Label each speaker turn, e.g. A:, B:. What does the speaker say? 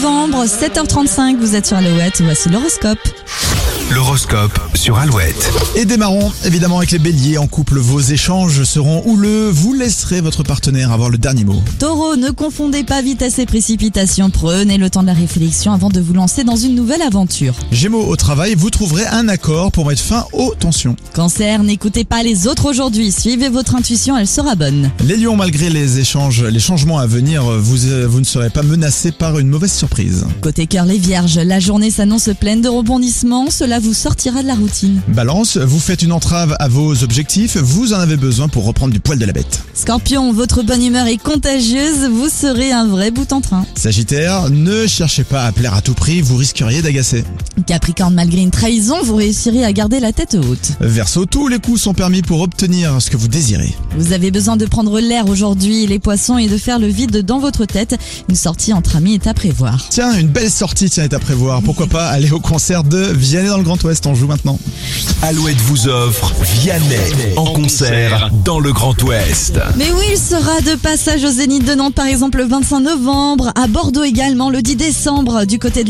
A: novembre, 7h35, vous êtes sur Alouette, voici l'horoscope.
B: L'horoscope sur Alouette.
C: Et démarrons évidemment avec les béliers. En couple, vos échanges seront houleux. Vous laisserez votre partenaire avoir le dernier mot.
A: Taureau, ne confondez pas vitesse et précipitation, prenez le temps de la réflexion avant de vous lancer dans une nouvelle aventure.
C: Gémeaux au travail, vous trouverez un accord pour mettre fin aux tensions.
A: Cancer, n'écoutez pas les autres aujourd'hui, suivez votre intuition, elle sera bonne.
C: Les lions, malgré les échanges, les changements à venir, vous, euh, vous ne serez pas menacés par une mauvaise surprise.
A: Côté cœur, les vierges, la journée s'annonce pleine de rebondissements, cela vous sortira de la routine.
C: Balance, vous faites une entrave à vos objectifs. Vous en avez besoin pour reprendre du poil de la bête.
A: Scorpion, votre bonne humeur est contagieuse, vous serez un vrai bout en train.
C: Sagittaire, ne cherchez pas à plaire à tout prix. Vous risqueriez d'agacer.
A: Capricorne, malgré une trahison, vous réussirez à garder la tête haute.
C: Verseau, tous les coups sont permis pour obtenir ce que vous désirez.
A: Vous avez besoin de prendre l'air aujourd'hui, les poissons, et de faire le vide dans votre tête. Une sortie entre amis est à prévoir.
C: Tiens, une belle sortie tiens, est à prévoir. Pourquoi pas aller au concert de Vianney dans le Grand Ouest. On joue maintenant.
B: Alouette vous offre Vianney en concert dans le Grand Ouest.
A: Mais oui, il sera de passage au Zénith de Nantes, par exemple, le 25 novembre, à Bordeaux également, le 10 décembre, du côté de